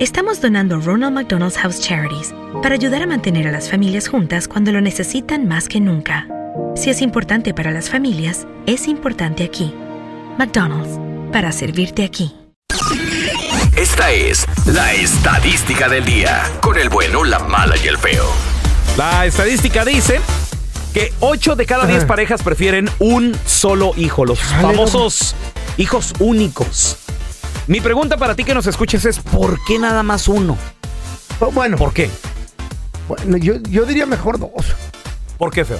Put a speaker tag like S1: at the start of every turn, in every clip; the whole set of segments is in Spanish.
S1: Estamos donando Ronald McDonald's House Charities para ayudar a mantener a las familias juntas cuando lo necesitan más que nunca. Si es importante para las familias, es importante aquí. McDonald's, para servirte aquí.
S2: Esta es la estadística del día, con el bueno, la mala y el feo.
S3: La estadística dice que 8 de cada
S4: Ah.
S3: 10 parejas prefieren un solo hijo, los famosos hijos únicos. Mi pregunta para ti que nos escuches es, ¿por qué nada más uno?
S4: Oh, Bueno,
S3: ¿Por qué?
S4: bueno, yo, yo diría mejor dos.
S3: ¿Por qué, feo?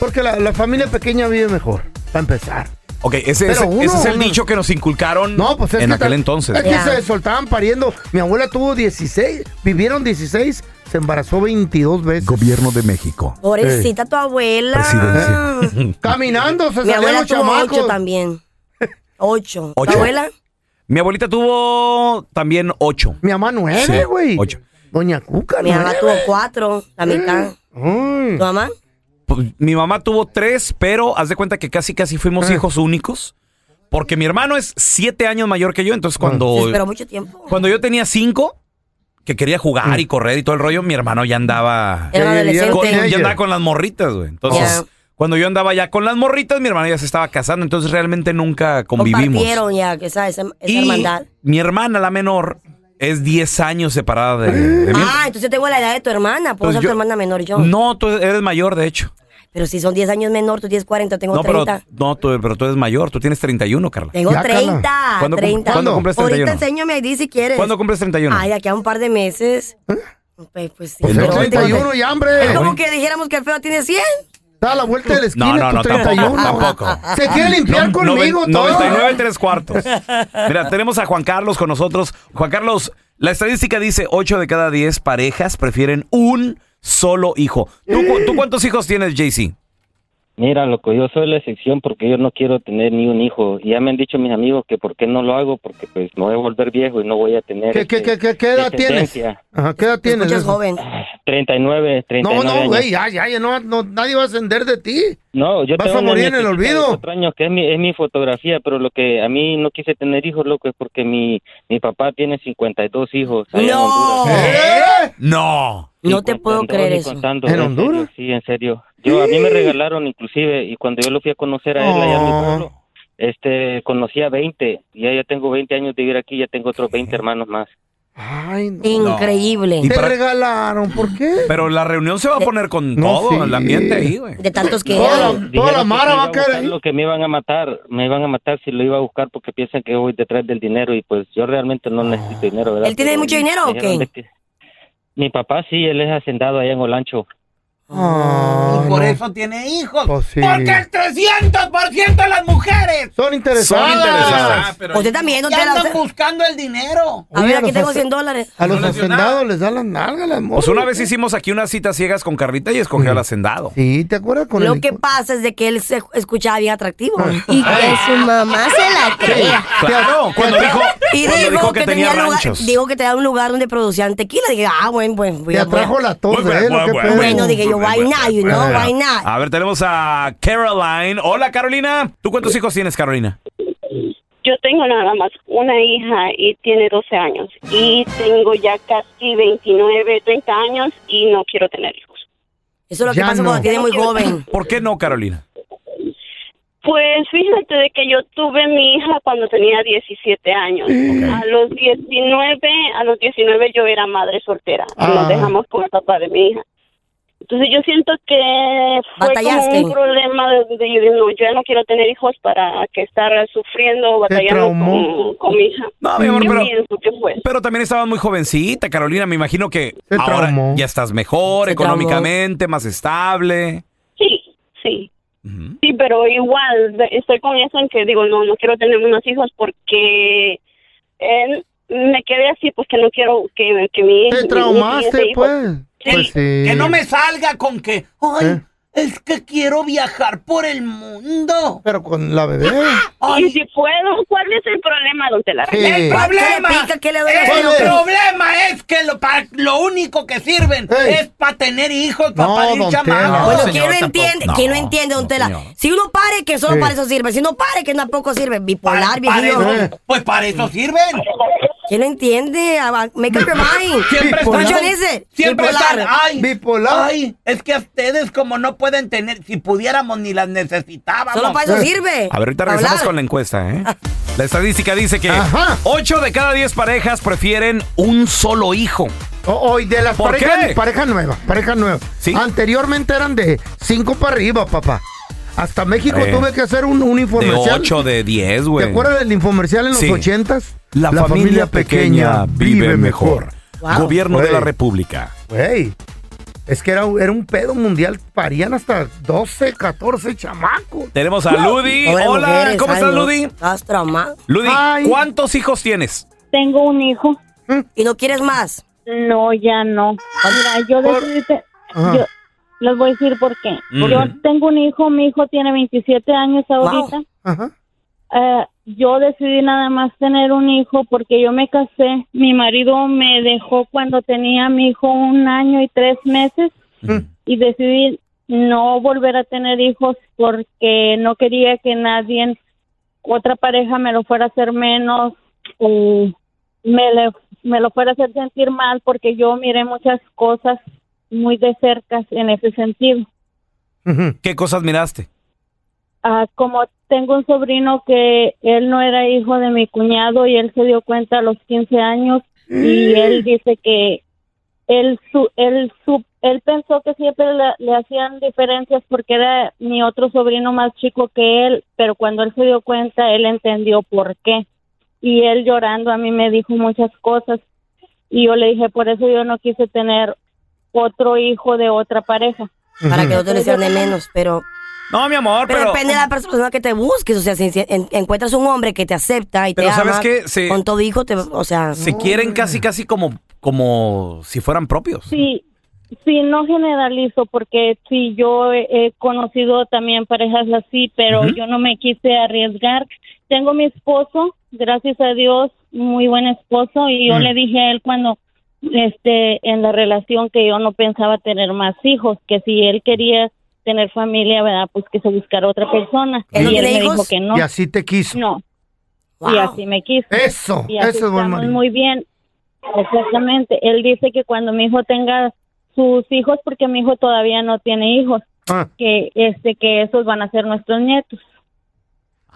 S4: Porque la, la familia pequeña vive mejor, para empezar.
S3: Ok, ese,
S4: Pero
S3: ese-
S4: uno,
S3: ese es el
S4: uno.
S3: dicho que nos inculcaron
S4: No, pues es
S3: en
S4: que
S3: aquel
S4: tal-
S3: entonces.
S4: Es que
S5: Ya.
S4: se soltaban pariendo. Mi abuela tuvo 16, vivieron 16, se embarazó 22 veces.
S6: Gobierno de México.
S7: Pobrecita tu abuela.
S6: Presidencia.
S4: ¿Eh? Caminando se
S7: Mi
S4: salían
S7: abuela
S4: los
S7: tuvo ocho
S4: Pues chamacos.
S7: también. Ocho. ¿Tu
S3: Ocho.
S7: abuela?
S3: Mi abuelita tuvo también ocho.
S4: Mi mamá
S3: Sí,
S4: nueve, güey.
S3: ocho.
S4: Doña Cuca,
S7: Mi mamá tuvo
S4: nueve.
S7: cuatro, la mitad.
S4: Ay.
S7: ¿Tu mamá?
S3: Pues, mi mamá tuvo tres, pero haz de cuenta que casi casi fuimos
S4: Ah.
S3: hijos únicos. Porque mi hermano es siete años mayor que yo, entonces cuando,
S4: Ah.
S7: Se esperó mucho tiempo.
S3: cuando yo tenía cinco, que quería jugar y correr y todo el rollo, mi hermano ya andaba...
S7: Era
S4: Ya, ya, ya.
S3: con-
S4: Con
S7: adolescente.
S3: ya
S4: ella.
S3: andaba con las morritas, güey. Entonces,
S7: Ya.
S3: cuando yo andaba ya con las morritas, mi hermano ya se estaba casando, entonces realmente nunca convivimos.
S7: Compartieron ya que esa, esa, esa
S3: Y
S7: hermandad.
S3: mi hermana, la menor, es 10 años separada de, de mí.
S7: Ah, entonces tengo la edad de tu hermana. Puedo
S3: Entonces
S7: ser
S3: yo-
S7: tu hermana menor yo.
S3: No, tú eres mayor, de hecho.
S7: Pero si son 10 años menor, tú tienes 40, tengo
S3: No, pero,
S7: 30.
S3: no tú, pero tú eres mayor, tú tienes 31, Carla.
S7: Tengo
S4: Ya, Carla.
S7: 30.
S3: ¿Cuándo cum-
S7: 30.
S3: cuándo cumples 31?
S7: Ahorita enséñame ahí si quieres.
S3: ¿Cuándo cumples 31?
S7: Ay, de aquí a un par de meses. Pues, pues
S3: ¿Eh? Pues
S7: sí.
S4: Tengo
S3: no,
S7: pero-
S4: 31 y hambre.
S7: Es como que dijéramos que el feo tiene 100.
S4: Está a la vuelta de la esquina pues
S3: no, no,
S4: tu
S3: no,
S4: 31.
S3: tampoco, tampoco.
S4: Se quiere limpiar
S3: No-
S4: conmigo
S3: noven-
S4: todo.
S3: 99 tres cuartos. Mira, tenemos a Juan Carlos con nosotros. Juan Carlos, la estadística dice 8 de cada 10 parejas prefieren un solo hijo. ¿Tú, cu- tú cuántos hijos tienes, JC?
S8: Mira, loco, yo soy la excepción porque yo no quiero tener ni un hijo. Ya me han dicho mis amigos que por qué no lo hago, porque pues me voy a volver viejo y no voy a tener...
S4: ¿Qué, qué,
S8: este,
S4: qué, qué, qué edad tienes?
S8: descendencia.
S4: Ajá, ¿Qué edad
S7: Te
S4: tienes?
S7: escuchas
S4: eso?
S7: joven.
S8: 39, 39
S4: No, no, güey,
S8: años.
S4: ya, ya, ya, no, no, nadie va a ascender de ti.
S8: No, yo
S4: Vas
S8: tengo
S4: a morir en el
S8: una nietecita de
S4: olvido.
S8: cuatro años, que es mi, es mi fotografía, pero lo que a mí no quise tener hijos, loco, es porque mi, mi papá tiene 52 hijos. allá en
S7: No.
S8: Honduras.
S4: ¿Eh?
S3: No.
S7: No te puedo
S8: 52
S7: creer
S8: y
S7: eso.
S8: contando,
S4: ¿En
S8: serio,
S4: Honduras?
S8: sí, en serio. Yo, a mí me regalaron inclusive, y cuando yo lo fui a conocer a él allá en mi
S4: Oh.
S8: pueblo, este, conocía 20, y ya, ya tengo 20 años de vivir aquí, ya tengo otros 20 hermanos más.
S4: Ay, no.
S7: Increíble.
S3: Y
S4: Te
S3: para-
S4: regalaron, ¿por qué?
S3: Pero la reunión se va a poner con
S4: No,
S3: todo
S4: sí.
S3: el ambiente ahí, güey.
S7: De tantos que
S4: Toda la-
S7: eran.
S8: Dijeron
S4: toda la
S8: que
S4: mara
S8: me
S4: va
S8: iba
S4: a caer
S8: buscar
S4: ahí.
S8: Lo que me iban a matar, me iban a matar si lo iba a buscar porque piensan que yo voy detrás del dinero y pues yo realmente no necesito
S4: Ah.
S8: dinero, ¿verdad?
S7: ¿Él tiene
S8: Pero
S7: mucho dinero o
S8: dijeron
S7: qué?
S8: de que- Mi papá sí, él es hacendado allá en Olancho.
S4: Ah,
S9: y por
S4: no.
S9: eso tiene hijos.
S4: Pues sí.
S9: Porque el 300% de las mujeres
S4: Son interesadas.
S9: Son interesadas.
S4: Ah,
S9: pero-
S7: Usted también, don
S9: ya
S7: Tela,
S9: andan
S7: usted-
S9: buscando el dinero.
S7: A ver, aquí
S4: los
S7: tengo
S4: hace- Ah,
S7: 100 dólares.
S4: A los hacendados les dan las nalgas las morras.
S3: Pues una vez hicimos aquí unas citas ciegas con Carlita y escogió al
S4: Mm.
S3: hacendado.
S4: Sí, ¿te acuerdas con
S7: Lo
S4: el-
S7: que pasa es de que él se escuchaba bien atractivo.
S10: Y
S4: Ah, eh.
S10: que su mamá se la crea.
S3: Claro, cuando dijo,
S7: Y
S3: cuando
S7: dijo,
S3: dijo que, tenía
S7: lugar,
S3: ranchos.
S7: dijo que tenía un lugar donde producían tequila. Dije, ah, bueno, pues. voy
S4: Te
S7: a-
S4: atrajo la tos
S3: Bueno,
S4: de él, ¿o qué
S3: bueno,
S4: pedo?
S7: Bueno, dije yo, why
S3: Bueno,
S7: not, you know,
S3: bueno. Ah,
S7: why not.
S3: A ver, tenemos a Caroline. Hola, Carolina. ¿Tú cuántos hijos tienes, Carolina?
S11: Yo tengo nada más una hija y tiene 12 años y tengo ya casi 29, 30 años y no quiero tener hijos.
S7: Eso es lo
S3: Ya
S7: que pasa
S3: no.
S7: cuando tiene muy joven.
S3: ¿Por qué no, Carolina?
S11: Pues fíjate de que yo tuve mi hija cuando tenía 17 años. A los 19, a los 19 yo era madre soltera.
S8: Ah.
S11: Nos dejamos con el papá de mi hija. Entonces yo siento que fue
S8: Batallaste.
S11: como un problema de, de- de, no, yo ya no quiero tener hijos para que estar sufriendo,
S3: Te
S11: batallando
S3: traumó.
S11: con, con mi hija.
S3: No, mi amor,
S11: Yo
S3: pero-
S11: pienso que fue.
S3: Pero también estabas muy jovencita, Carolina. Me imagino que
S4: Se
S3: ahora
S4: traumó.
S3: ya estás mejor
S11: Se
S3: económicamente, más estable.
S11: Sí, sí. Sí, pero igual de- estoy con eso en que digo, no, no quiero tener unos hijos porque eh, me quedé así, pues que no quiero que, que mi
S4: Te
S11: mi- mi-
S4: traumaste,
S11: mi-
S4: pues. Pues sí.
S9: Que no me salga con que, ay,
S4: ¿Eh?
S9: es que quiero viajar por el mundo.
S4: Pero con la bebé.
S9: Ah,
S11: Y si puedo, ¿cuál es el problema, don Telar?
S4: Sí. El
S9: problema
S7: ¿Qué le pica? ¿Qué le duele?
S9: El
S7: ¿Qué?
S9: problema es que lo, pa- lo único que sirven
S4: Ey.
S9: es para tener hijos, para
S4: No,
S9: parir
S4: don Tela.
S9: chamacos.
S4: Bueno,
S3: Este
S7: ¿Quién no entiende? ¿Quién no entiende, don Tela? Si uno pare, que solo
S4: Sí.
S7: para eso sirve. Si no pare, que tampoco sirve.
S9: Para
S4: Eh,
S7: Bipolar, viejillo.
S9: eso- pues para eso sirven.
S7: ¿Quién no entiende? Ah, Make up your mind.
S9: Siempre
S7: What
S9: están.
S7: you listen?
S9: Siempre
S7: Pues Bipolar.
S9: están. Ay,
S4: Bipolar.
S9: ay, es que a ustedes, como no pueden tener, si pudiéramos ni las necesitábamos.
S7: Solo para eso sirve.
S3: Eh. A ver, ahorita
S7: Para
S3: regresamos
S7: hablar.
S3: con la encuesta, ¿eh? La estadística dice que
S4: Ajá.
S3: 8 de cada 10 parejas prefieren un solo hijo.
S4: O- o, y de las
S3: ¿Por
S4: parejas,
S3: qué?
S4: parejas nuevas, parejas nuevas. Anteriormente eran de 5 para arriba, papá. Hasta México
S3: Eh.
S4: tuve que hacer un, un
S3: De
S4: infomercial.
S3: 8, de 10,
S4: ¿Te
S3: güey.
S4: acuerdas del infomercial en los
S3: Sí.
S4: ochentas?
S3: La, familia, pequeña vive mejor.
S4: Wow.
S3: Gobierno de la
S4: Güey.
S3: República.
S4: Güey, es que era, era un pedo mundial. Parían hasta 12, 14 chamacos.
S3: Tenemos a Ludi.
S7: Pobre
S3: Hola,
S7: mujeres,
S3: ¿cómo
S7: ay,
S3: estás,
S7: no.
S3: Ludi?
S7: Estás traumado.
S3: Ludi,
S7: Ay.
S3: ¿cuántos hijos tienes?
S8: Tengo un hijo.
S7: ¿Y no quieres más?
S8: No, ya no. Mira, yo decidí te-
S4: Ajá.
S8: yo les voy a decir por qué.
S3: Mm.
S8: Yo tengo un hijo, mi hijo tiene 27 años ahorita.
S4: Ajá.
S8: Eh, yo decidí nada más tener un hijo porque yo me casé. Mi marido me dejó cuando tenía mi hijo un año y tres meses y decidí no volver a tener hijos porque no quería que nadie, otra pareja me lo fuera a hacer menos o me, le- me lo fuera a hacer sentir mal porque yo miré muchas cosas muy de cerca en ese sentido.
S3: ¿Qué cosas miraste?
S8: Ah, como tengo un sobrino que él no era hijo de mi cuñado y él se dio cuenta a los 15 años
S3: Mm.
S8: y él dice que él su, él su, él pensó que siempre le, le hacían diferencias porque era mi otro sobrino más chico que él, pero cuando él se dio cuenta él entendió por qué y él llorando a mí me dijo muchas cosas y yo le dije por eso yo no quise tener otro hijo de otra pareja.
S7: Para que no te lo hicieran de menos, pero...
S3: No, mi amor,
S7: Pero,
S3: pero.
S7: depende de la persona que te busques. O sea, si si en- encuentras un hombre que te acepta y te
S3: Pero ¿sabes
S7: ama,
S3: qué? Se-
S7: con todo hijo, te, o sea...
S3: Se quieren
S4: Mm.
S3: casi, casi como, como si fueran propios.
S8: Sí, sí, no generalizo porque sí, yo he, he conocido también parejas así, pero
S3: Ujú.
S8: yo no me quise arriesgar. Tengo mi esposo, gracias a Dios, muy buen esposo, y yo
S12: Mm.
S8: le dije a él cuando, este, en la relación que yo no pensaba tener más hijos, que si él quería tener familia, ¿verdad? Pues que se buscara otra persona.
S4: ¿Él no
S8: y él
S4: tiene
S8: me dijo
S4: hijos?
S8: que no.
S4: Y así te quiso.
S8: No.
S4: Wow.
S8: Y así me quiso.
S4: Eso,
S8: Y así
S4: eso es buen
S8: estamos
S4: marido.
S8: muy bien. Exactamente. Él dice que cuando mi hijo tenga sus hijos, porque mi hijo todavía no tiene hijos,
S4: Ah.
S8: que este que esos van a ser nuestros nietos.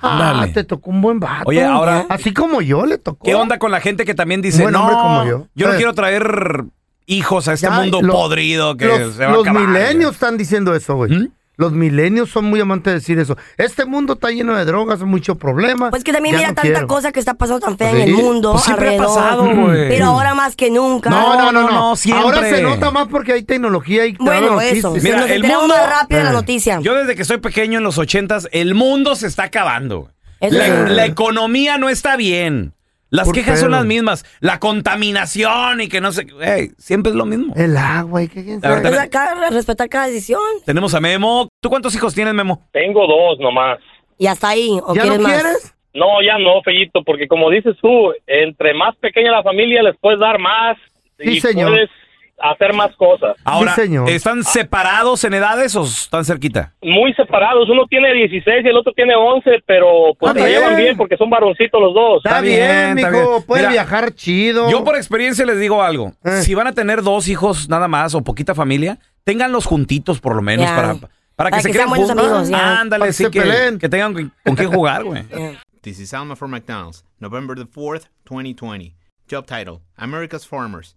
S4: Ah,
S3: Dale.
S4: te tocó un buen vato. ¿eh?
S3: Oye, ahora-
S4: Así como yo le tocó.
S3: ¿Qué onda con la gente que también dice,
S4: Un buen
S3: no,
S4: hombre como yo"?
S3: no
S4: Eh.
S3: quiero traer hijos a este
S4: Ya,
S3: mundo
S4: lo-
S3: podrido que
S4: los,
S3: se va a
S4: los
S3: acabar? ¿Mm?
S4: milenios están diciendo eso, güey. Los milenios son muy amantes de decir eso. Este mundo está lleno de drogas, mucho problema.
S7: Pues que también
S4: ya
S7: mira
S4: no
S7: tanta
S4: quiero.
S7: cosa que está pasando tan fea en
S4: Sí.
S7: el mundo.
S4: Pues siempre ha
S7: alrededor.
S4: pasado, güey.
S7: Pero ahora más que nunca.
S4: No, no, no, no, Ahora se nota más porque hay tecnología y te dan
S7: Bueno,
S4: noticias.
S7: eso. Mira, nos enteramos más rápido de la noticia.
S3: Yo desde que soy pequeño en los ochentas, el mundo se está acabando.
S7: Eso
S3: La,
S7: sí.
S3: la economía no está bien. Las
S4: Por
S3: quejas son
S4: pedo.
S3: las mismas. La contaminación y que no sé. qué. Ey, siempre es lo mismo.
S4: El agua y que quién
S3: A ver,
S7: Pues
S3: también-
S7: acá respetar cada decisión.
S3: Tenemos a Memo. ¿Tú cuántos hijos tienes, Memo?
S13: Tengo dos nomás.
S7: Y hasta ahí. ¿O
S13: ¿Ya no
S7: quieres más?
S13: quieres? No, ya no, Fellito, porque como dices tú, entre más pequeña la familia les puedes dar más
S3: Sí,
S13: y
S3: señor.
S13: puedes hacer más cosas.
S3: Ahora, ¿están separados en edades o están cerquita?
S13: Muy separados, uno tiene 16 y el otro tiene 11, pero pues
S3: Está
S13: se la llevan
S3: bien.
S13: bien porque son varoncitos los dos.
S3: está bien. Mira,
S4: chido.
S3: Yo por experiencia les digo algo.
S14: Eh.
S3: Si van a tener dos hijos nada más o poquita familia, ténganlos juntitos por lo menos
S14: Ya.
S3: para, para,
S14: Para
S3: que, se
S14: que
S3: queden
S14: sean buenos
S3: juntos.
S14: amigos, ya. Para
S3: Ándale,
S14: que
S3: sí
S14: se
S3: que,
S14: peleen.
S3: que tengan con, con quién jugar, güey.
S14: This is Alma from McDonald's, November the 4th, 2020. Job title America's Farmers,